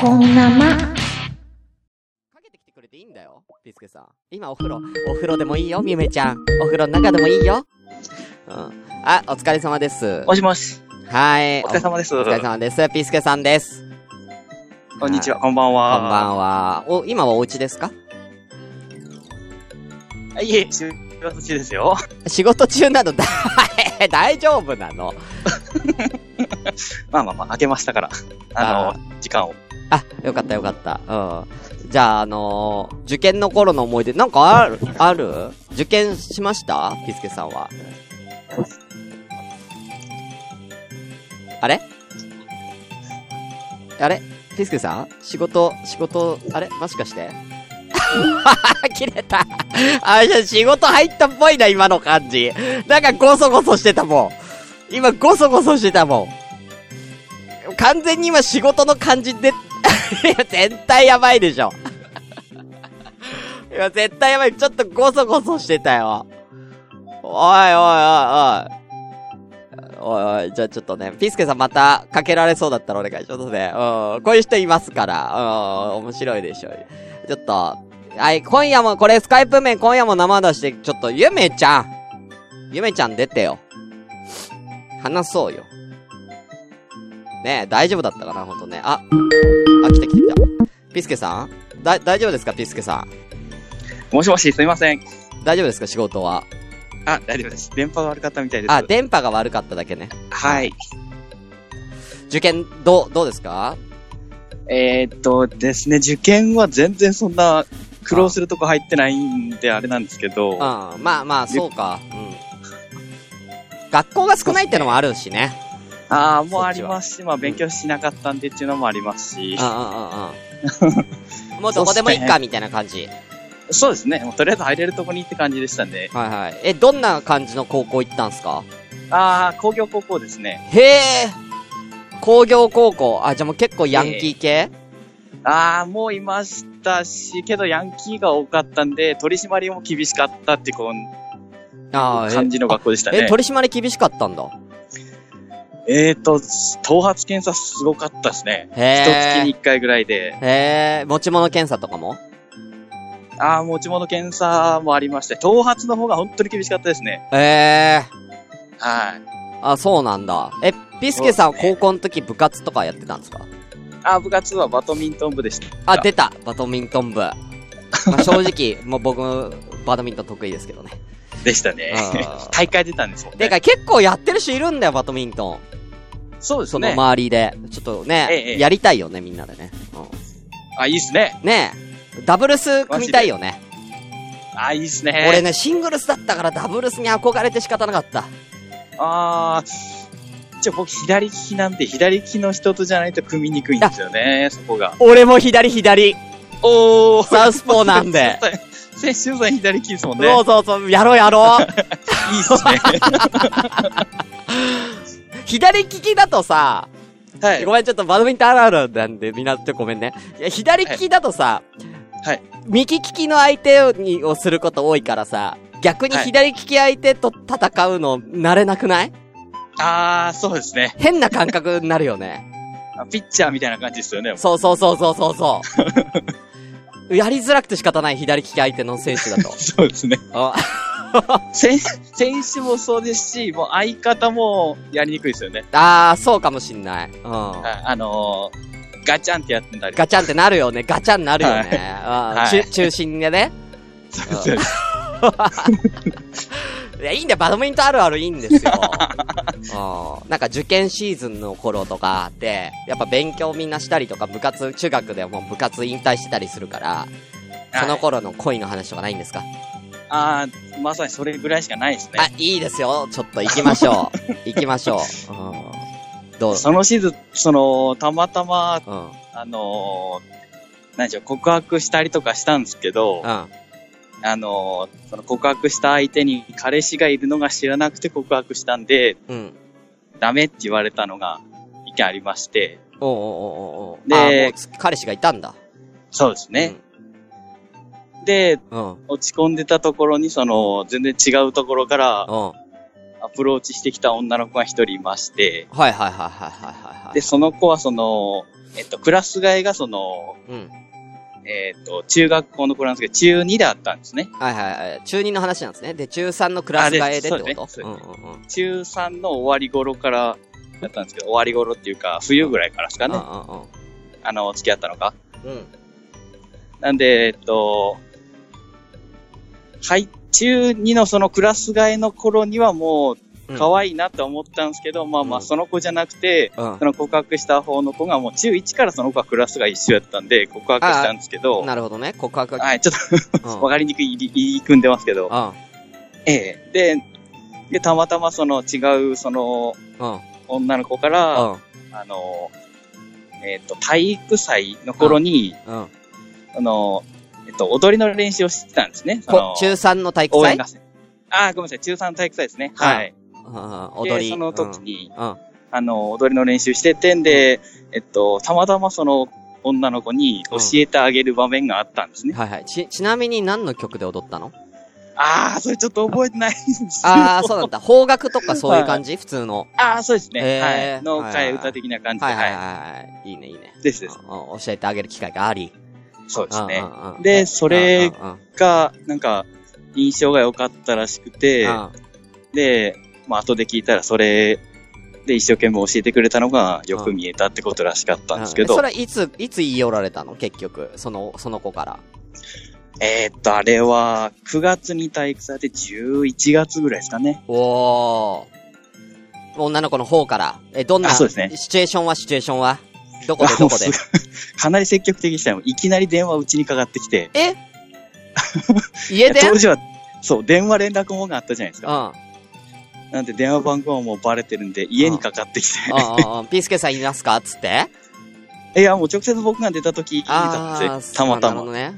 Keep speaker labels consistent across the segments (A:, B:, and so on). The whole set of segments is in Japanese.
A: こんなま。
B: かけてきてくれていいんだよ、ビスケさん。今お風呂、お風呂でもいいよ、みゆめちゃん。お風呂の中でもいいよ。うん。あ、お疲れ様です。
C: もしもし。
B: はい。
C: お疲れ様です。
B: お疲れ様です。ピスケさんです。
C: こんにちは、こんばん
B: こん
C: は。
B: ばんは。お、今はお家ですか
C: んは。いえ、仕事中ですよ。
B: 仕事中なの だ、大丈夫なの
C: まあまあまあ、明けましたから。
B: あ
C: あの、時間を。
B: あ、よかったよかった。うん。じゃあ、あのー受験の頃の思い出、なんかある、ある受験しましたピスケさんは。あれあれピスケさん仕事、仕事、あれもしかして 切れた。あ、じゃあ仕事入ったっぽいな、今の感じ。なんかゴソゴソしてたもん。今ゴソゴソしてたもん。完全に今仕事の感じで、い や、絶対やばいでしょ。いや、絶対やばい。ちょっとゴソゴソしてたよ。おいおいおいおい。おいおい、じゃあちょっとね、ピスケさんまたかけられそうだったらお願いしますね。うん。こういう人いますから、うん、面白いでしょ。ちょっと、はい、今夜も、これスカイプ面今夜も生出して、ちょっと、ゆめちゃんゆめちゃん出てよ。話そうよ。ねえ、大丈夫だったかな、ほんとね。あ、あ、来た来た来た。ピスケさんだ、大丈夫ですか、ピスケさん。
C: もしもし、すみません。
B: 大丈夫ですか、仕事は。
C: あ、大丈夫です。電波が悪かったみたいです。
B: あ、電波が悪かっただけね。
C: はい。
B: 受験、どう、どうですか
C: えー、っとですね、受験は全然そんな苦労するとこ入ってないんで、あれなんですけ
B: うん、
C: ど、
B: まあまあ、そうか。うん。学校が少ないってのもあるしね。
C: ああ、もうありますし、まあ勉強しなかったんでっていうのもあります
B: う
C: し
B: ん、うんうん うん。もうどこでもいいか、みたいな感じ。
C: そうですね、もうとりあえず入れるとこにって感じでしたんで、
B: はいはい。え、どんな感じの高校行ったんすか
C: ああ、工業高校ですね。
B: へえ工業高校。あ、じゃあもう結構ヤンキー系、
C: ああ、もういましたし、けどヤンキーが多かったんで、取り締まりも厳しかったってこう、
B: ああ、え
C: 感じの学校でした
B: え、
C: ね。
B: 取り締まり厳しかったんだ。
C: えっ、ー、と、頭髪検査すごかったですね。一
B: へ
C: 月
B: え。
C: に一回ぐらいで。
B: へえ、持ち物検査とかも
C: ああ、持ち物検査もありまして、頭髪の方が本当に厳しかったですね。
B: へえ。
C: はい。
B: あ、そうなんだ。え、ピスケさん
C: そうです
B: 高校の時部活とかやってたんですか
C: あー部活はバドミントン部でした。
B: あ、出たバドミントン部。まあ、正直、 もう僕、バドミントン得意ですけどね。
C: でしたね
B: あー。
C: 大会出たんですもんね。
B: てか、結構やってる人いるんだよ、バドミントン。
C: そうです
B: その
C: ね。
B: 周りで。ちょっとね、
C: ええええ
B: やりたいよね、みんなでね。う
C: あ、いいっすね。
B: ん、ねえ、ダブルス組みたいよね。
C: あーいいっすね。
B: 俺ね、シングルスだったからダブルスに憧れて仕方なかった。
C: ああ、一応僕左利きなんで、左利きの人とじゃないと組みにくいんですよね、そこが。
B: 俺も左左。
C: おー。
B: サウスポーなんで。
C: 先週さん左利きですもんね。いい
B: そ
C: っ
B: うそうそう、やろうやろ う。
C: すね。
B: 左利きだとさ、
C: はい
B: ご。めん、ちょっとバドミントンあるあるなんで、みんなちょっとごめんね。いや、左利きだとさ、
C: はい
B: 右利きの相手にをすること多いからさ、逆に
C: はい
B: 左利き相手と戦うの慣れなくない
C: あー、そうですね。
B: 変な感覚になるよね。
C: あピッチャーみたいな感じですよね。。
B: そうそうそうそうそうそう。やりづらくて仕方ない左利き相手の選手だと
C: そうですね。
B: あ
C: 選選手もそうですし、もう相方もやりにくいですよね。
B: あー、そうかもしんない。うん。ガ
C: ああのー、ガチャンってやってたり。
B: チャンってなるよね。ガチャンなるよね。あー
C: はい
B: 中中心でね。
C: そうですよね
B: いや、いいんだよ。バドミントンあるあるいいんですよ。 うんなんか受験シーズンの頃とかって、やっぱ勉強みんなしたりとか、部活、中学でもう部活引退してたりするから、その
C: はい
B: 頃の恋の話とかないんですか、
C: あー、まさにそれぐらいしかないですね。
B: あ、いいですよ。ちょっと行きましょう。 行きましょう。うんどう
C: そのシーズン、その、たまたま、
B: うん。うん。
C: あのー、何でしょう、告白したりとかしたんですけど、
B: あ
C: あのー、その告白した相手に彼氏がいるのが知らなくて告白したんで、
B: うん。
C: ダメって言われたのが意見ありまして、
B: おうおうおうおうおう。
C: で
B: あもうつ彼氏がいたんだ。
C: そうですね。で、
B: うん。うん。
C: 落ち込んでたところに、その、全然違うところから
B: うん。
C: アプローチしてきた女の子が一人いまして、
B: はいはいはいはいはいはいはい。
C: で、その子はその、えっと、クラス替えがその、
B: うん。
C: えっと、中学校の子なんですけど、中2だったんですね。
B: はいはいはい。中2の話なんですね。で、中3のクラス替えでってこ
C: あで
B: と
C: そうですねそうです
B: んうんうん。
C: 中3の終わり頃からだったんですけど、終わり頃っていうか、冬ぐらいからですかね、
B: う
C: あの、付き合ったのが。
B: んうんうん。うん。
C: なんで、えっと、はい、中2のそのクラス替えの頃にはも
B: う
C: うん可愛いなと思ったんですけど、まあま
B: うん
C: あその子じゃなくて、
B: うん
C: その告白した方の子がもう中1からその子はクラスが一緒やったんで、告白したんですけど、
B: なるほどね。告白が。
C: はい、ちょっ
B: うん
C: とわかりにくい言い言い組んでますけど、ええ。で、で、たまたまその違うその
B: うん。うん。
C: 女の子から、
B: う
C: あの、えっ、と、体育祭の頃に、
B: ん。うん。
C: あの、えっ、と、踊りの練習をしてたんですね。そ
B: こ
C: の
B: 中3の体育
C: 応
B: 祭
C: 援合戦。ああ、ごめんなさい、中3体育祭ですね。
B: はい
C: はい。
B: うんうん
C: で
B: 踊り。
C: その時に、
B: うん。うん。
C: あの、踊りの練習しててんで、えっと、たまたまその女の子に教えてあげる場面があったんですね。
B: はいはい。ち、ちなみに何の曲で踊ったの
C: ああ、それちょっと覚えてないんですけど
B: あ あ、そうなんだ。邦楽とかそういう感じ普通の。
C: ああ、そうですね。
B: へー
C: はい。の替え歌的な感じで、
B: はいはい
C: は
B: はい。いいねいいね。
C: い。ですです。
B: うんうん教えてあげる機会があり。
C: そうです
B: う
C: ね。
B: んうんうん
C: でそれ
B: うんうんうん
C: が、なんか、印象が良かったらしくて、
B: うん
C: で、まあ、後で聞いたらそれで一生懸命教えてくれたのがよく見えたってことらしかったんですけ
B: うん
C: ど
B: そ、れいつ、いつ言い寄られたの結局。その、その子から。
C: えーっと、あれは9月に体育祭で11月ぐらいですかね。
B: おー。女の子の方から。え、どんな、
C: あそうですね
B: シチュエーションはシチュエーションはどこでどこで
C: あもうすごいか なり積極的でしたよ。いきなり電話うちにかかってきて。
B: え家で
C: 当時は、そう、電話連絡網があったじゃないです
B: うん。あ
C: か。なんで電話番号はもうバレてるんで、家にかかってきて。
B: あ、 ピースケさんいますかつって。
C: いや、もう直接僕が出た時聞いたん
B: あ
C: で
B: ー
C: すよ。たまた
B: なるほ
C: ま。
B: どね。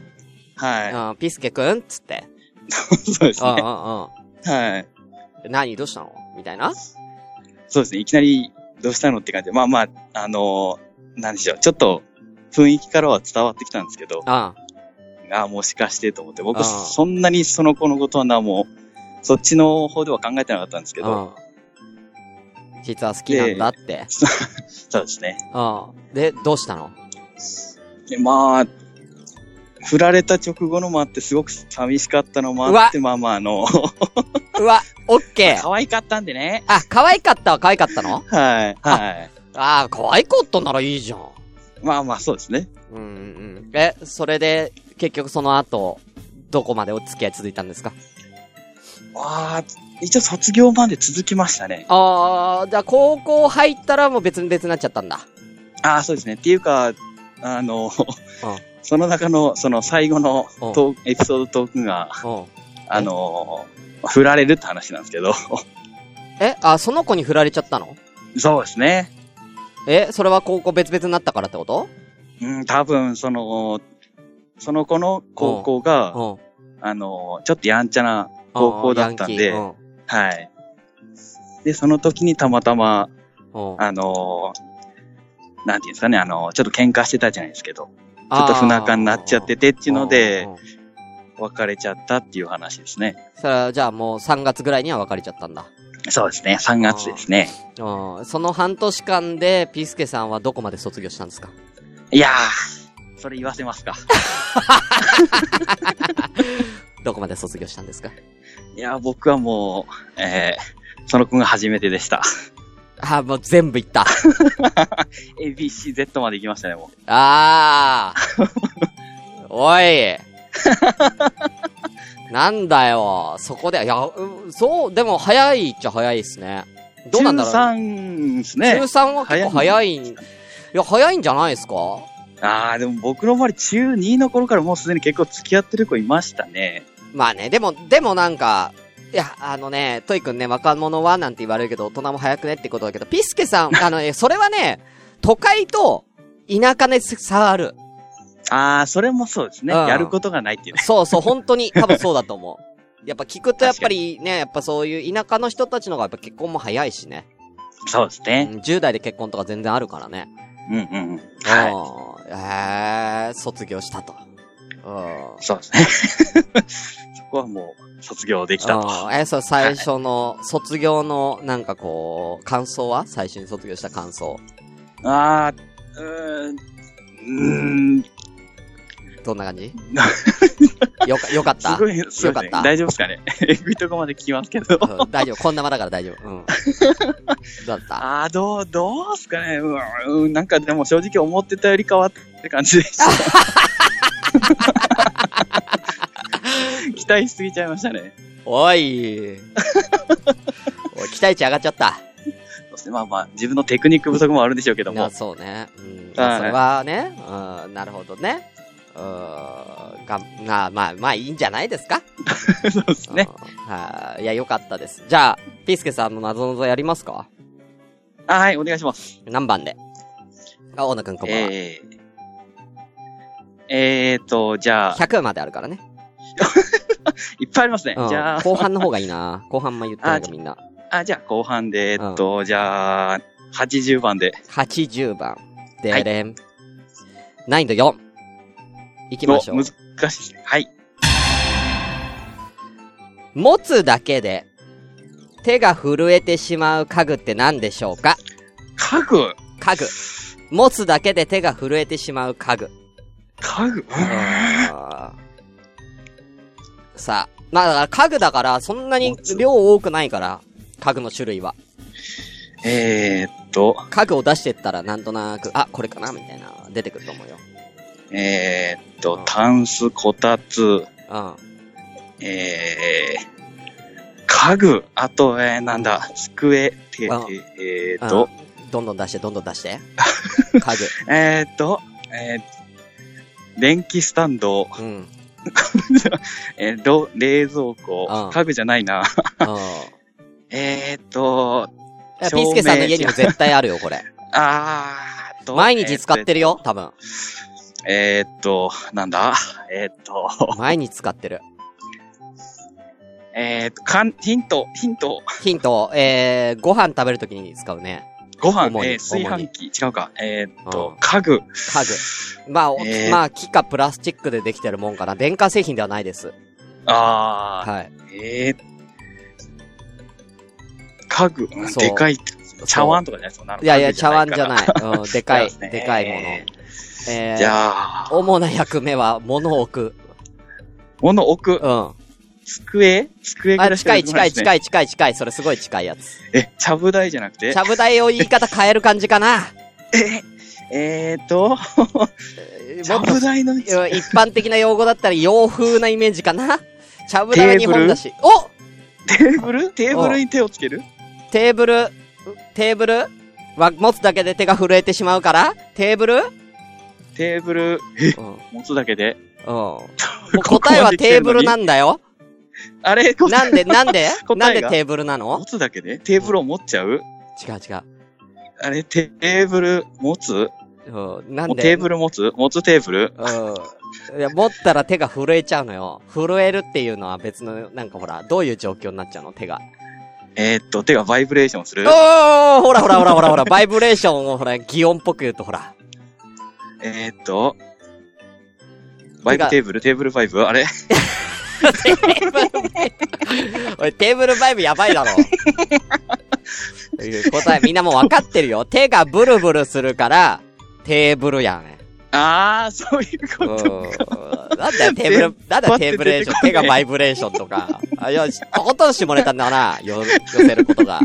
C: は
B: うん、ピースケくんつって。
C: い。 そうです
B: うんうん
C: ね。はい。
B: うん。何どうしたのみたいな。
C: そうですね。いきなり、どうしたのって感じで。まあまあ、あのーなんでしょう。ちょっと、雰囲気からは伝わってきたんですけど、
B: うん。
C: ああ、もしかしてと思って、
B: あ
C: 僕、
B: ー
C: そんなにその子のことはな、もう、そっちの方では考えてなかったんですけど、
B: うん。実は好きなんだって。
C: そうですね。
B: うん。で、どうしたの
C: でまあ、振られた直後のもあって、すごく寂しかったのもあって、まあまあ、あの、
B: うわ、オッケー。
C: 可愛かったんでね。
B: あ、可愛かったは可愛かったの
C: はい、はい。
B: ああ、可愛かったならいいじゃん。
C: まあまあ、そうですね。
B: うんうんうん。え、それで、結局その後、どこまでお付き合い続いたんですか
C: ああ、一応卒業まで続きましたね。
B: ああ、じゃあ高校入ったらもう別々になっちゃったんだ。
C: ああ、そうですね。っていうか、あの、その中の、その最後の
B: うん
C: トークエピソードトークが、
B: うん。
C: あの、振られるって話なんですけど。
B: え、あ、その子に振られちゃったの
C: そうですね。
B: え、それは高校別々になったからってこと
C: うん、多分、その、その子の高校が、
B: うん。
C: あの、ちょっとやんちゃな、高校だったんで
B: あーヤンキ
C: はい。で、その時にたまたま、
B: ーうん。うん
C: あの、なんていうんですかね、あの、ちょっと喧嘩してたじゃないですけど、ちょっと不仲になっちゃっててっていうので
B: うん、うんうん
C: 別れちゃったっていう話ですね。
B: それはじゃあもう3月ぐらいには別れちゃったんだ。
C: そうですね、3月ですね。
B: うん。その半年間で、ピースケさんはどこまで卒業したんですか
C: いやー、それ言わせますか。
B: どこまで卒業したんですか
C: いやー、僕はもう、えー、その子が初めてでした。
B: あー、もう全部いった。
C: ABCZ まで行きましたね、もう。
B: あ ー。おい。なんだよ。そこで、いや、うそう、でも早いっちゃ早いっすね。どうなんだろう。
C: 13ですね
B: 中。3は結構早い。いや、早いんじゃないですか
C: あー、でも僕の周り中2の頃からもうすでに結構付き合ってる子いましたね。
B: まあね、でも、でもなんか、いや、あのね、トイくんね、若者はなんて言われるけど、大人も早くねってことだけど、ピスケ さん、あのね、それはね、都会と田舎で差がある。
C: あー、それもそうですね。
B: うん
C: やることがないっていうね。
B: そうそう、本 当に、多分そうだと思う。やっぱ聞くとやっぱりね、やっぱそういう田舎の人たちの方がやっぱ結婚も早いしね。
C: そうです
B: う
C: ね。
B: ん10代で結婚とか全然あるからね。
C: うんうんうん。は
B: うん。えー、卒業したと。うん
C: い。。そうですね。 そこはもう卒業できたと。
B: うんえ、そう、最初の、卒業の、なんかこう、感想は最初に卒業した感想。
C: あー、うーん、ーん、す
B: どんな 感じよか、よかった。
C: ごい、そう
B: か
C: で
B: っ
C: すね。
B: た
C: 大丈夫ですかね えぐいとこまで聞きますけど。
B: うん大丈夫。こんな間だから大丈夫。 うん。どうだった
C: あー、どう、どうっすかねうーんうん、なんかでも正直思ってたより変わって感じでした。期待しすぎちゃいましたね。
B: おい。 おい期待値上がっちゃった。
C: そうですね。まあまあ、自分のテクニック不足もあるんでしょうけど
B: な
C: も。
B: そうね。うん。それ
C: はい
B: はね、うん、なるほどね。うん、がん、まあまあ、まあいいんじゃないですか
C: そうですね。
B: うんはい。いや、よかったです。じゃあ、ピースケさんの謎ぞやりますか
C: あはい、お願いします。
B: 何番であ、大野くんこんばんは。
C: えー、えーと、じゃあ、
B: 100まであるからね。
C: いっぱいありますね。
B: うん
C: じゃあ、
B: 後半の方がいいな。後半も言った方がみんな。
C: あ、じゃあ後半で、えっと、じゃあ、80番で。
B: 80番。でれん。難易度4。いきましょう
C: お。難しいですね。はい。
B: 持つだけで、手が震えてしまう家具って何でしょうか
C: 家具
B: 家具。持つだけで手が震えてしまう家具。
C: 家具
B: さあ、まあだから家具だから、そんなに量多くないから、家具の種類は。
C: えーっと、
B: 家具を出してったらなんとなく、あ、これかなみたいな、出てくると思うよ。
C: えーっと、タンス、こたつ、
B: うん。
C: えー、家具、あと、えー、なんだ、机、て、
B: あ
C: えーっと、
B: うんどんどん出して、どんどん出 して。家具。
C: えーっと、えー、電気スタンド、
B: うん。うん。
C: えー、ろ冷蔵庫
B: あ、
C: 家具じゃない な。えーっと、
B: いやピースケさんの家にも絶対あるよ、これ。
C: あーっと、
B: 毎日使ってるよ、多分。
C: えーっと、なんだえーっと、
B: 毎日使ってる。
C: えーっと、かん、ヒント、ヒント、
B: ヒント、えー、ご飯食べるときに使うね。
C: ご飯、
B: 主に
C: えー炊飯器、違うか、えーっ
B: う
C: と
B: ん、
C: 家具、
B: 家具。まあ、お
C: えー
B: まあ、木かプラスチックでできてるもんかな。電化製品ではないです。
C: あ
B: はい。
C: ー、えー、家具、うん
B: そう
C: でかい、茶碗とかじゃないですか、。
B: いやいや、茶碗じゃないい。うん、でかい、
C: そうですね
B: でかいもの。えー、
C: じゃあ、
B: 主な役目は、物を置く。
C: 物置く、
B: うん。あ、
C: 机机から
B: 近い近い
C: い。
B: 近い近い近い。それすごい近いやつ。
C: え、ちゃぶ台じゃなくて
B: ち、ゃぶ台を言い方変える感じかな。
C: えーっと、
B: え
C: ち
B: ー
C: ゃ
B: もっと
C: ぶ台の、
B: いや一般的な用語だったら洋風なイメージかな。ちゃぶ台は日本だし。お
C: テーブルテーブルに手をつける
B: テーブル、テーブルは持つだけで手が震えてしまうからテーブルうん。
C: テーブル、
B: うん。
C: 持つだけで。
B: もう
C: ここ
B: 答えは
C: まで来て
B: テー
C: るの
B: ブ
C: に
B: ルなんだよ。
C: あれこ
B: なんで、なんで
C: 答えが
B: なんでテーブルなの
C: 持つだけでテーブルを持っちゃう
B: 違う違
C: あれ、テーブル持つ
B: う。うん。なん
C: も
B: で
C: うテーブル持つ持つテーブル
B: うん。いや、持ったら手が震えちゃうのよ。震えるっていうのは別の、なんかほら、どういう状況になっちゃうの手が。
C: えーっと、手がバイブレーションする
B: おーほらほらほらほらほら、バイブレーションをほら、擬音っぽく言うとほら。
C: えーっと、バイブテーブルテーブルバイブあれ
B: おい、テーブルバイブやばいだろ。いう答えみんなもう分かってるよ。手がブルブルするから、テーブルやね。
C: あー、そういう
B: う
C: こと。
B: ん。なんだよ、テーブル、なんだよテーブレーション、手がバイブレーションとか。あ、よし、とことん下ネタだな、よ、寄せることが。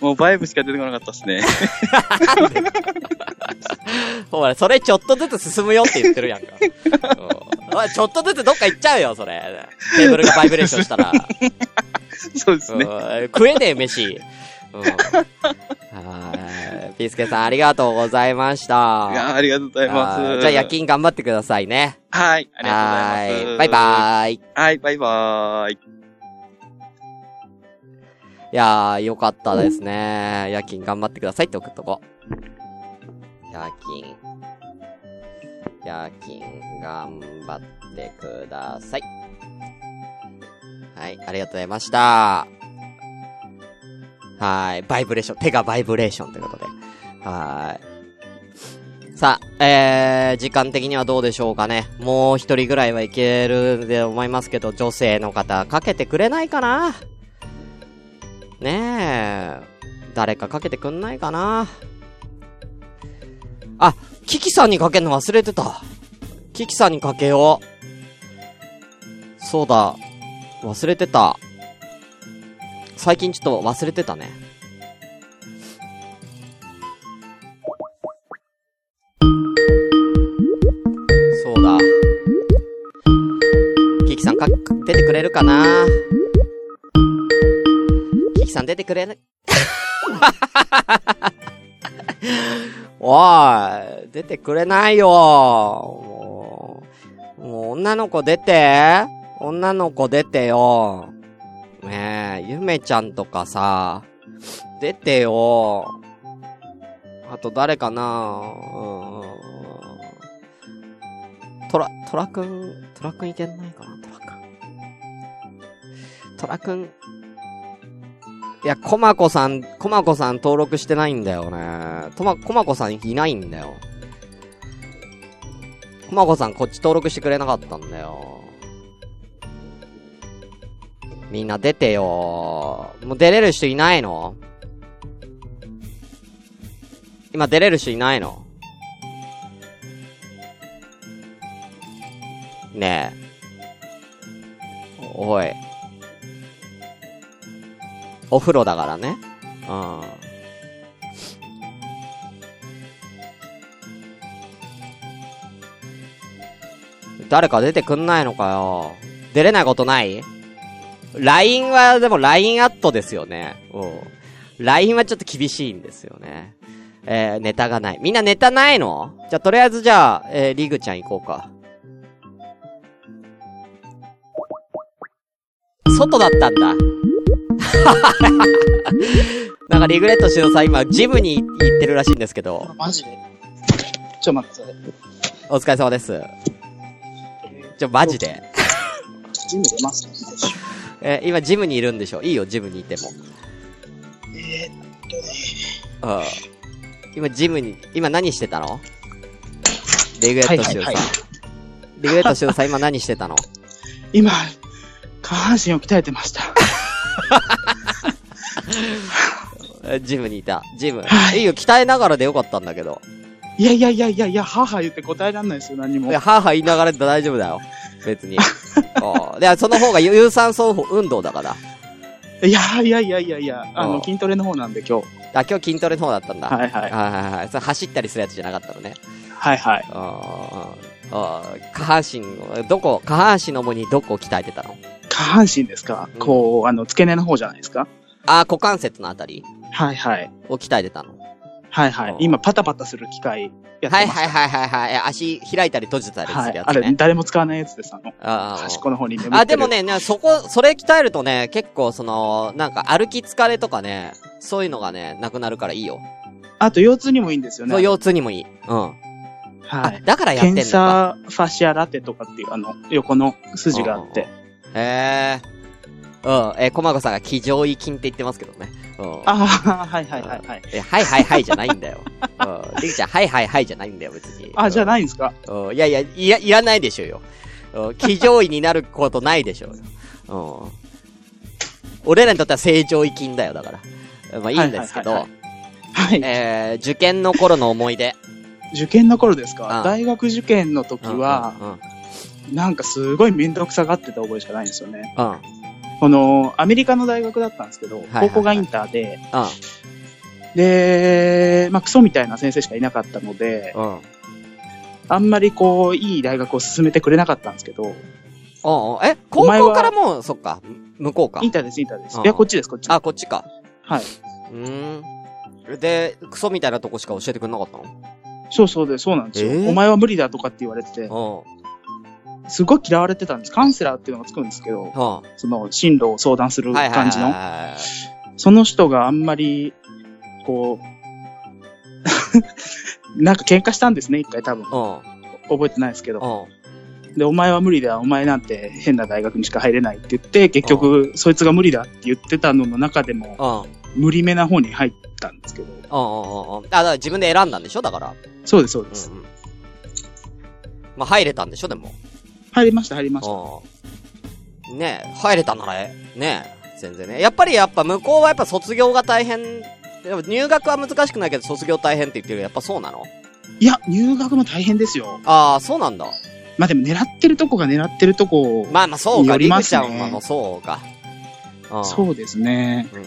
C: もうバイブしか出てこなかったっすね。
B: ほら、それちょっとずつ進むよって言ってるやん か。うんおい、ちょっとずつどっか行っちゃうよ、それ。テーブルがバイブレーションしたら。
C: そうですね。
B: うん食えねえ飯。うんはい。ピースケさん、ありがとうございました。
C: いやーありがとうございます。
B: じゃあ夜勤頑張ってくださいね。
C: はい、ありがとうございます。
B: はバイバーイ。い
C: イ。はい、バイバーイ。
B: やー、よかったですね。夜勤頑張ってくださいって送っとこう。夜勤。夜勤頑張ってください。はい、ありがとうございました。はい、バイブレーション。手がバイブレーションということで。はーい。さあ、えー、時間的にはどうでしょうかね。もう一人ぐらいはいけるで思いますけど、女性の方、かけてくれないかなねえ。誰かかけてくんないかなあ、キキさんにかけるの忘れてた。キキさんにかけよう。そうだ。忘れてた。最近ちょっと忘れてたね。そうだ。キキさんか、出てくれるかなキキさん出てくれ る、おい、出てくれないよ。もう、もう女の子出て。女の子出てよ。ねえ、ゆめちゃんとかさ、出てよ。あと誰かなうん。トラ、トラくん、トラくんいけないかなトラくん。トラくん。いや、コマコさん、コマコさん登録してないんだよね。とま、コマコさんいないんだよ。コマコさんこっち登録してくれなかったんだよ。みんな出てよもう出れる人いないの今出れる人いないのねえ。おい。お風呂だからね。うん。誰か出てくんないのかよ。出れないことない ?LINE は、でも LINE アットですよね。うん。LINE はちょっと厳しいんですよね。えー、ネタがない。みんなネタないのじゃあ、とりあえずじゃあ、えー、リグちゃん行こうか。外だったんだ。 なんかリグレットしのさん今ジムに行ってるらしいんですけど、
A: マジでちょ、待って、それ。
B: お疲れ様です。ちょ、マジで。
A: ジム出ます
B: えー今ジムにいるんでしょいいよ、ジムにいても。
A: えー、
B: うん。今ジムに、今何してたのリグレットし
A: は
B: のさん。
A: いはいはい
B: リグレットしのさん今何してたの
A: 今、下半身を鍛えてました。
B: えージムにいた。ジム。、
A: はいい
B: いよ、鍛えながらでよかったんだけど。
A: いやいやいやいやいや、母言って答えらんないですよ、何
B: い
A: も。
B: や、はーはー言いながらで大丈夫だよ。別 に。うん。で、その方が有酸素運動だから。
A: いやいやいやいやいや、あ
B: あ
A: の、
B: あ
A: 筋トレの方なんで今日。
B: あ、今日筋トレの方だったんだ。
A: はいはい。
B: はいはいはい。それ走ったりするやつじゃなかったのね。
A: はいはい。
B: あーあー、下半身を、どこ、下半身の主にどこを鍛えてたの
A: 下半身ですか、
B: うん
A: こう、あの、付け根の方じゃないですか
B: ああ、股関節のあたり
A: はいはい。
B: を鍛えてたの。
A: はいは
B: ああ
A: い。今、パタパタする機械やってま
B: はい
A: す。
B: はいはいはいはい。え足開いたり閉じたりするや
A: あ
B: つ
A: れ、
B: ね。
A: 誰も使わないやつです、あの、
B: あー
A: 端っこの方に眠ってる
B: あ、でも。ね、ねそこ、それ鍛えるとね、結構その、なんか歩き疲れとかね、そういうのがね、なくなるからいいよ。
A: あと、腰痛にもいいんですよね。
B: そう、腰痛にもいい。うん。
A: は
B: あ
A: い。、
B: だからやってん
A: 検
B: のか。
A: 査ファシアラテとかっていう、あの、横の筋があって。
B: へえ。うん。えー、コマコさんが気上位筋って言ってますけどね。うん。
A: ああ、はいはいはいはい。
B: え、はいはいはいじゃない んだよ。うん。リグちゃん、はいはいはいじゃないんだよ、別に。
A: あ、じゃあない
B: い。
A: んですか
B: うん。いやいや、いや、いらないでしょうよ。うん。気上位になることないでしょうよ。うん。俺らにとっては正常位金だよ、だから。まあいいんですけ
A: はい
B: ど
A: は、はい。
B: えー、受験の頃の思い出。
A: 受験の頃です
B: ああ
A: か大学受験の時は、
B: うん、うん
A: なんかすごい面倒くさがってた覚えしかないんですよね。
B: うん。うん。
A: この、アメリカの大学だったんですけど、
B: はい
A: 高校がインターで、
B: う
A: で、まあクソみたいな先生しかいなかったので、
B: ん。うん。
A: あんまりこう、いい大学を進めてくれなかったんですけど、
B: おうおうえ、
A: お
B: 高
A: 前は
B: 校からもう、そっか、向こうか
A: イ。ンターです、インターです
B: ああ。
A: いや、こっちです、こっち。
B: あ、こっちか。
A: はい。
B: うーん。で、クソみたいなとこしか教えてくれなかった
A: そうそうで、そうなんですよ。
B: えー
A: お前は無理だとかって言われてて、
B: の
A: すごい嫌われてたんです。カウンセラーっていうのがつくんですけど、
B: うん。
A: その進路を相談す
B: う
A: る
B: ん。はいはいは
A: 感
B: い
A: じの。
B: はいはい。
A: その人があんまり、こう、 なんか喧嘩したんですね、一回多分。
B: うん。
A: 覚えてないですけど。
B: うん。
A: で、お前は無理だ、お前なんて変な大学にしか入れないって言って、結局、そいつが無理だって言ってたのの中でも、
B: うん。
A: 無理めな方に入ったんですけど。
B: うんうんうんうん。あ、だから自分で選んだんでしょだから。
A: そうです、そうで
B: う
A: す。
B: んうん。まあ、入れたんでしょでも。
A: 入りました、入りました。
B: うん。ねえ、入れたならええ。ねえ、全然ね。やっぱりやっぱ向こうはやっぱ卒業が大変。でも入学は難しくないけど卒業大変って言ってるけどやっぱそうなの
A: いや、入学も大変ですよ。
B: ああ、そうなんだ。
A: まあでも狙ってるとこが狙ってるとこを、
B: まあまあ、そうか。
A: よ
B: り
A: り
B: く
A: ま
B: ち
A: す
B: ゃ
A: ね
B: んはもうそうか。うん
A: そうですね。
B: うんうん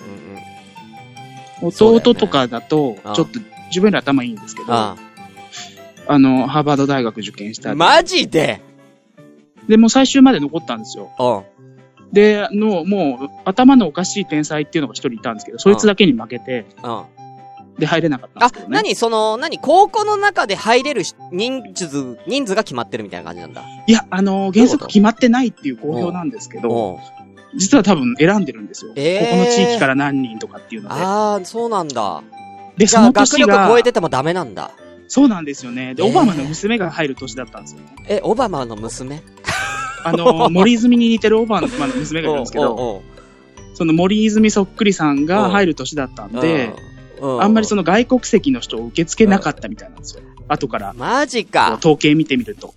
B: うん。そうだよ
A: 弟
B: ね
A: とかだと
B: うん、
A: ちょっと自分より頭いいんですけど、あ
B: あ
A: の、ハーバード大学受験した
B: あ
A: り。
B: マジで
A: で、もう最終まで残ったんですよ。
B: うん。
A: で、の、もう、頭のおかしい天才っていうのが一人いたんですけど、そいつだけに負けて、
B: うん。
A: で、入れなかったんで
B: あ
A: すけ、どね。
B: 何その、何高校の中で入れるし人数、人数が決まってるみたいな感じなんだ。
A: いや、あの、
B: どうい
A: 原
B: うこと
A: 則決まってないっていう公表なんですけど、
B: うん。
A: 実は多分選んでるんですよ。
B: えー
A: ここの地域から何人とかっていうので。
B: ああ、そうなんだ。
A: で、
B: じ
A: そ
B: ゃあ、
A: の
B: 学
A: 年
B: 力
A: が、
B: 超えててもダメなんだ。
A: そうなんですよね。で、
B: えー
A: オバマの娘が入る年だったんですよね。
B: え、オバマの娘
A: あ の、森泉に似てるオバマの娘がいるんですけど、
B: おう
A: その森泉そっくりさんが入る年だったんで、、
B: う
A: あんまりそ
B: の、
A: の外国籍の人を受け付けなかったみたいなんですよ。後から、
B: マジ
A: こう
B: か。
A: 統計見てみると。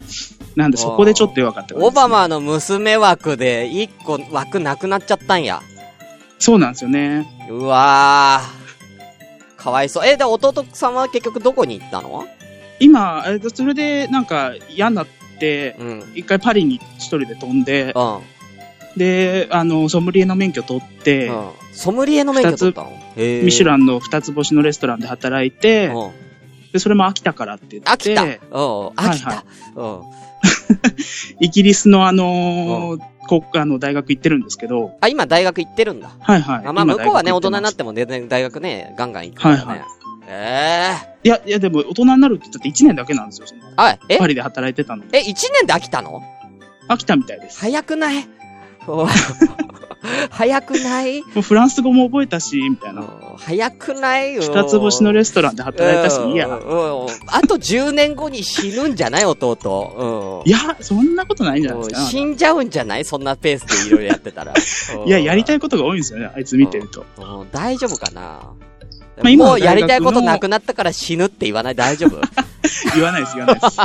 A: なんで、そこでちょっと弱かった、
B: オバ。マの娘枠で、一個枠なくなっちゃったんや。
A: そうなんですよね。
B: うわー。かわいそう。え、で、弟さんは結局どこに行ったの
A: 今、えっとそれでなんか嫌になって、
B: うん。うん。
A: 一回パリに一人で飛んで、
B: うん。
A: で、あの、ソムリエの免許取って、
B: ソムリエの免許取ったのへ
A: ミシュ
B: ン
A: ランの二つ星のレストランで働いて、
B: うん。
A: で、それも飽きたからって言
B: 飽
A: っ
B: きた。うん
A: て、。
B: 飽き
A: は
B: た。うん。
A: イギリスのあのーこあの大学行ってるんですけど、
B: あ、今大学行ってるんだ。
A: はいはい。
B: あま
A: 今
B: あ、向こうは
A: 大学行
B: ね、大人
A: っ
B: に
A: て
B: な
A: ま
B: っ
A: す
B: ても全然大学ね、ガンガン行くからね。
A: はいは
B: え
A: いや、いやでも大人になるって言ったって1年だけなんですよ、その
B: えー。あ、え
A: パリで働いてたの。
B: え、一年で飽きたの
A: 飽きたみたいです。
B: 早くない 早くない
A: もうフランス語も覚えたし、みたいな。
B: うん早くないよ。
A: 二つ星のレストランで働いたし、い
B: うん
A: や。
B: うんあと10年後に死ぬんじゃない弟。うん
A: いや、そんなことないんじゃない
B: うん
A: ですか。
B: 死んじゃうんじゃないそんなペースでいろいろやってた ら。
A: いや、やりた
B: い。
A: いことが多いんですよね、あいつ見てると。
B: うん大丈夫かな
A: まあ今
B: も
A: は
B: う
A: 大学の
B: やりたいことなくなったから死ぬって言わない大丈夫
A: 言わないです、言わないです。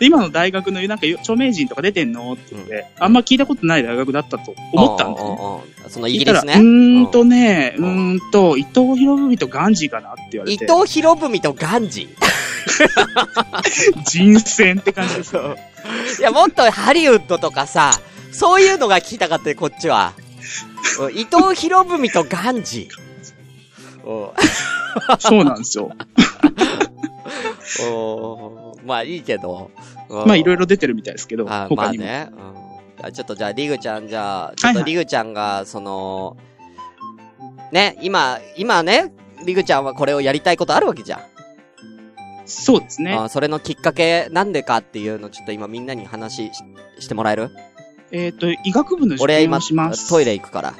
A: で今の大学の、なんか、著名人とか出てんのって言って、あんま聞いたことない大学だったと 思ったんですね。
B: うんうんうんそのイギリス
A: 聞いた
B: ね
A: らう。ーんとね、
B: う
A: うんーんと、伊藤博文とガンジーかなって言われ
B: 伊
A: て、
B: 藤博文とガンジ
A: 人選って感じ ですよね。
B: いや、もっとハリウッドとかさ、そういうのが聞きたかったよ、こっちは。うん伊藤博文とガンジ。お
A: そうなんですよ。
B: おまあいいけど。
A: まあ、いろい
B: ろ。
A: ろ出てるみたいですけど、
B: あま
A: 他
B: あ
A: にも。
B: ね。うんあちょっとじゃあ、リグちゃん、じゃあ、ちょ
A: は
B: っ
A: い
B: と
A: はい
B: リグちゃんが、その、ね、今、今ね、リグちゃんはこれをやりたいことあるわけじゃん。
A: そうですね。
B: あそれのきっかけ、なんでかっていうの、ちょっと今みんなに話ししてもらえる
A: えっと、医学部の受
B: 俺
A: 験
B: 今
A: をします。、
B: トイレ行 くから。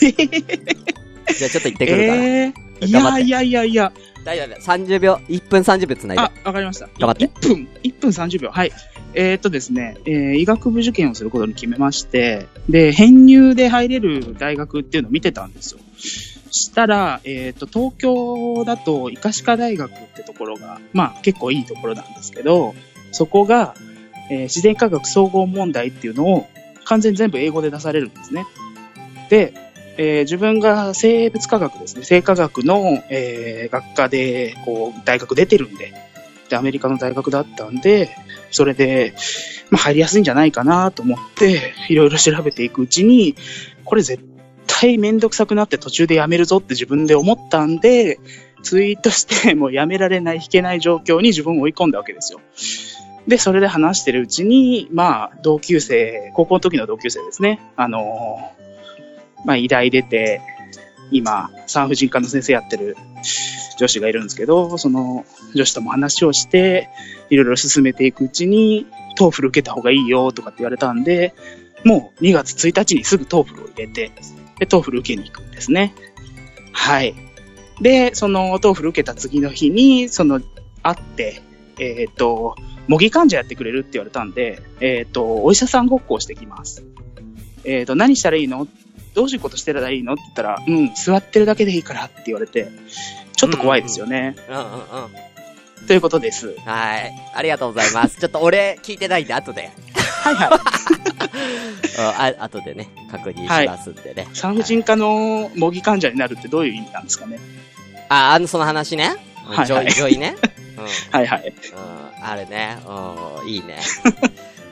B: じゃあちょっと行ってくるから。
A: えーい
B: 頑張
A: や
B: って
A: いやいやいや。
B: 大丈夫大丈夫。30秒、1分30秒つないで。
A: あ、わかりました。
B: 頑張って
A: 1分、1分30秒。はい。えーっとですね、えー医学部受験をすることに決めまして、で、編入で入れる大学っていうのを見てたんですよ。したら、えーっと、東京だと、医科歯科大学ってところが、まあ結構いいところなんですけど、そこが、えー自然科学総合問題っていうのを完全に全部英語で出されるんですね。で、えー自分が生物科学ですね、生化学の、えー学科で、こう、大学出てるんで、で、アメリカの大学だったんで、それで、まあ、入りやすいんじゃないかなと思って、いろいろ調べていくうちに、これ絶対めんどくさくなって途中でやめるぞって自分で思ったんで、ツイートして、もうやめられない、弾けない状況に自分を追い込んだわけですよ。で、それで話してるうちに、まあ、同級生、高校の時の同級生ですね。あのーまあ、医大出て、今、産婦人科の先生やってる女子がいるんですけど、その女子とも話をして、いろいろ進めていくうちに、トーフル受けた方がいいよとかって言われたんで、もう2月1日にすぐトーフルを入れて、で、トーフル受けに行くんですね。はい。で、そのトーフル受けた次の日に、その、会って、えっ、と、模擬患者やってくれるって言われたんで、えっ、と、お医者さんごっこをしてきます。えっ、と、何したらいいのどういうことしてたらいいのって言ったら、うん、座ってるだけでいいからって言われて、ちょっと怖いですよね。
B: うんうんうん。
A: ということです。
B: はい。ありがとうございます。ちょっと俺、聞いてないんで、後で。
A: はいは
B: うんあ、後でね、確認しますんでね。
A: い。産婦人科の模擬患者になるってどういう意味なんですかね。
B: あ、あの、その話ね。
A: はい
B: ジョイ、ジョイね。うん。
A: はいはい。
B: うん、あるね。うん、いい ね。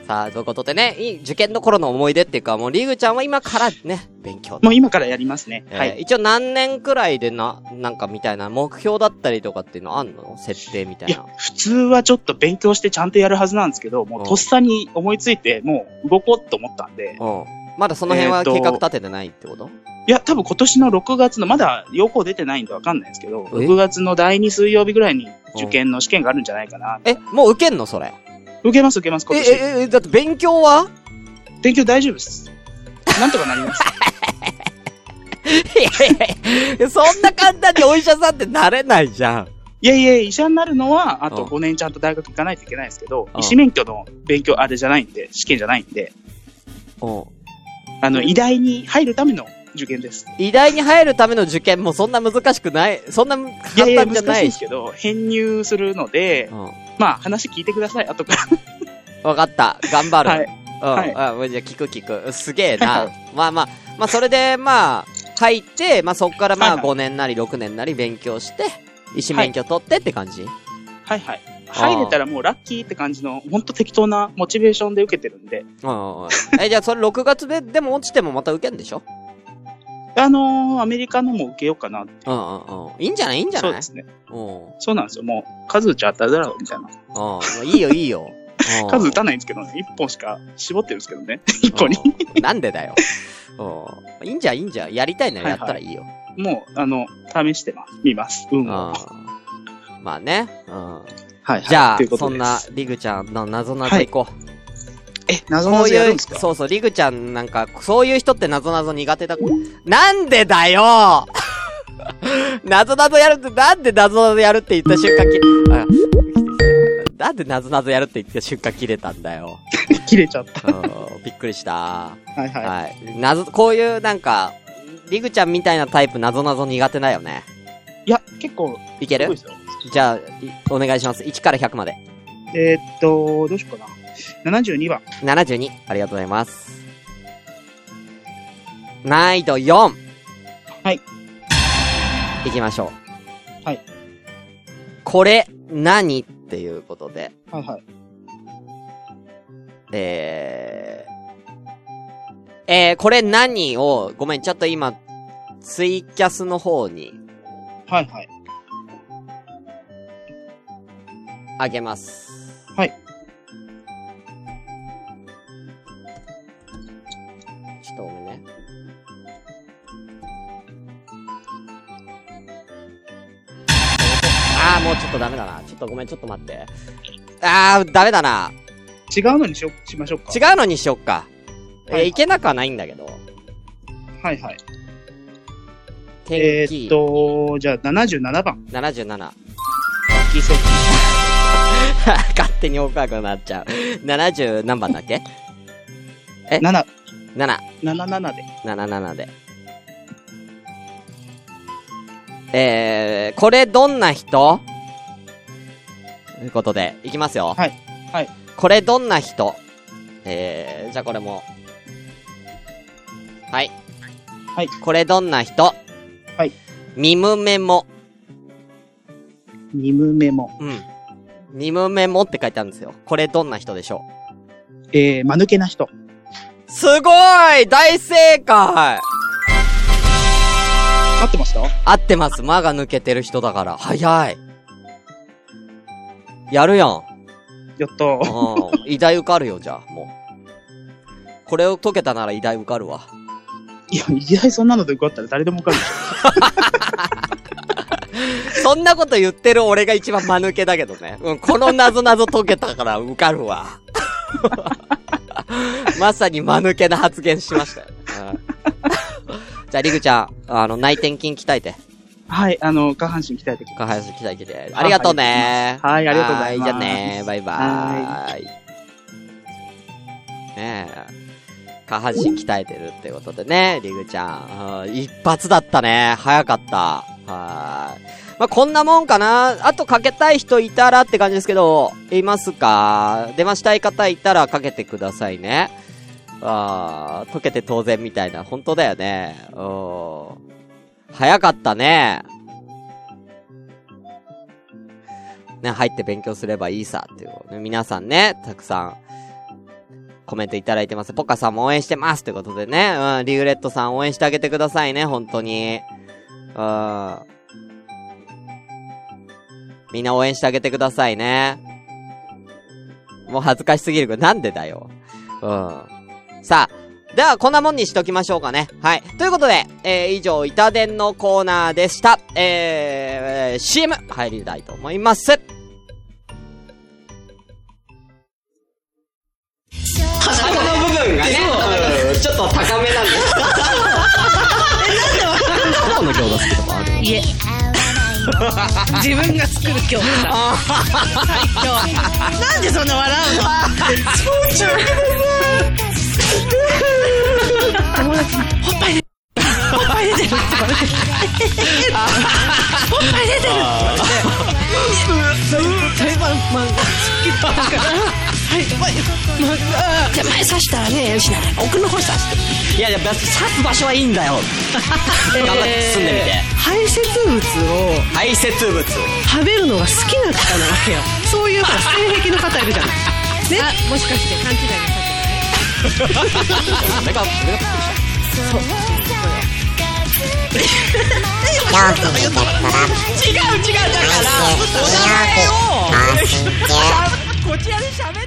B: さあ、ということでね、いい受験の頃の思い出っていうか、もうリグちゃんは今からね、勉強
A: もう今からやりますね。
B: えー
A: はい。
B: 一応何年くらいでな、なんかみたいな目標だったりとかっていうのあんの設定みたい
A: いや。、
B: な
A: 普通はちょっと勉強してちゃんとやるはずなんですけど、もうとっさに思いついて、もう動こうと思ったんで、
B: うん。まだその辺は
A: えーと
B: 計画立ててないってこと、
A: いや、多分今年の6月の、まだ要項出てないんでわかんないですけど、
B: え
A: 6月の第2水曜日ぐらいに受験の試験があるんじゃないかな。
B: え、もう受けんのそれ。
A: 受けます受けます、
B: え、
A: 今年。
B: え、え、だって勉強は
A: 勉強大丈夫です。なんとかなります。
B: いやいやいやそんな簡単にお医者さんってなれないじゃん。
A: いやいや、医者になるのは、あと
B: うん
A: 5年ちゃんと大学行かないといけないですけど、
B: うん
A: 医師免許の勉強、あれじゃないんで、試験じゃないんで、
B: うん。
A: あの、医大に入るための受験です。
B: 医大に入るための受験もそんな難しくない、そんな簡
A: いやいや、
B: 単じゃ
A: 難
B: な
A: しい
B: い
A: ですけど、編入するので
B: う、ん。
A: まあ、話聞いてください、後から。
B: わかった。頑張る。
A: はい
B: うん。
A: はい
B: うん。じゃあ聞く聞く。すげえな。
A: はい は
B: まあまあ、まあそれで、まあ、入って、まあそっからま
A: は
B: あ
A: いはい
B: 5年なり6年なり勉強して、医師免許取ってって感じ、
A: はいはい。入れたらもうラッキーって感じの、ほんと適当なモチベーションで受けてるんで、
B: うんうんうん。え、じゃあそれ6月で、でも落ちてもまた受けんでしょ
A: あのー、アメリカのも受けようかなって。
B: うんうんうん。いいんじゃないいいんじゃ
A: そう
B: ない
A: ですね。
B: うん。うん
A: そうなんですよ。もう、数打ち当たるだろうみたいな。
B: まあ。いいよいいよ。うん
A: 数打たないんですけどね。1本しか絞ってるんですけどね。1個 に。
B: うんなんでだよ。うん。いいんじゃいいんじゃ。やりたいならやったらいいよ。
A: もう、あの、試してます。見ます。運を。
B: うん。まあね。うん。
A: はい、
B: じゃあ
A: という、こ
B: そ
A: と
B: ん
A: です
B: な、リグちゃんの謎謎いこう。
A: え、謎
B: こ
A: の
B: う
A: や
B: い
A: るん
B: う、
A: ですか
B: そうそう、リグちゃんなんか、そういう人って謎謎苦手だ。なんでだよ 謎謎やるって、なんで謎謎やるって言った瞬間き、あ、なんで謎謎やるって言った瞬間切れたんだよ。
A: 切れちゃった。
B: うんびっくりした。
A: はいはい。
B: はい。謎、こういうなんか、リグちゃんみたいなタイプ謎謎苦手だよね。
A: いや、結構、
B: いけ
A: すごい
B: る
A: ですよ。
B: じゃあ、いお願いします。1から100まで。
A: えーっと、どうしようかな。72番。
B: 72。ありがとうございます。難易度4。
A: はい。
B: いきましょう。
A: はい。
B: これ、何っていうことで、
A: はいはい。
B: えー、えー、これ何を、ごめん、ちょっと今、ツイキャスの方に
A: はいはい。
B: あげます。
A: はい。
B: ちょっとごめんね。ああ、もうちょっとダメだな。ちょっとごめん、ちょっと待って。ああ、ダメだな。
A: 違うのにしよしましょうか。
B: 違うのにしよっか。
A: は
B: えー、
A: い
B: いけなくはないんだけど。
A: はいはい。え
B: 天気、
A: ーっと、じゃあ77番。
B: 77。
A: 奇跡。
B: 勝手にかくなっちゃう。70何番だっけ
A: 7、
B: ?7。
A: 77で。
B: 77で。えー、これどんな人ということで、いきますよ。
A: はい。はい。
B: これどんな人えー、じゃあこれも。はい。
A: はい。
B: これどんな人
A: はい。
B: ミムメモ。
A: 2ム目も。
B: うん。ミムメモって書いてあるんですよ。これどんな人でしょう
A: えー、間抜けな人。
B: すごい大正解
A: 合ってました
B: 合ってます。間が抜けてる人だから。早い。やるやん。
A: やったー。
B: うん。偉大受かるよ、じゃあ、もう。これを解けたなら偉大受かるわ。
A: いや、いきなりそんなので受かったら誰でも受かるで し
B: そんなこと言ってる俺が一番間抜けだけどね。うん、この謎謎解けたから受かるわ。 まさに間抜けな発言しましたよ。うん、じゃあ、リグちゃん、あの、内転筋鍛えて。
A: ょ。はい、あの、下半身鍛えてき
B: 下
A: ます。
B: 半身鍛えて。ありがとうね。
A: はいありがとうございます
B: はじゃあね、バイバーイ。ねえ。下半身鍛えてるってことでね、リグちゃんうん。一発だったね。早かった。はーい。まあ、こんなもんかな。あとかけたい人いたらって感じですけど、いますか出ましたい方いたらかけてくださいね。ああ、溶けて当然みたいな。本当だよね。うん。早かったね。ね、入って勉強すればいいさ、っていうことで。皆さんね、たくさん、コメントいただいてます。ポカさんも応援してますってことでね。うん、リューレットさん応援してあげてくださいね、本当に。うん。みんな応援してあげてくださいね。もう恥ずかしすぎるけど、なんでだよ。うん。さあ、ではこんなもんにしときましょうかね。はい。ということで、えー、以上、板伝のコーナーでした。えー、CM 入りたいと思います。端っこの部分がね、ちょっと高めなんですえ、なんでわかんないの餃子好きとかある
D: いえ。自分が作る今日だ。なんでそんな笑うの手前刺したらね、吉永奥の方刺して。
B: いやいや、刺す場所はいいんだ よ。頑張って進んでみて。
D: 排泄物を
B: 排泄物。
D: 食べるのが好きな方なわけよ。そういうほら性癖の方いるじゃ ない。ね、もしかして勘違いなさって
B: なんか、
E: 狂気にだったら
B: 違う違う、だから、お名前を、
E: 回すんじゃ
B: こちらで喋って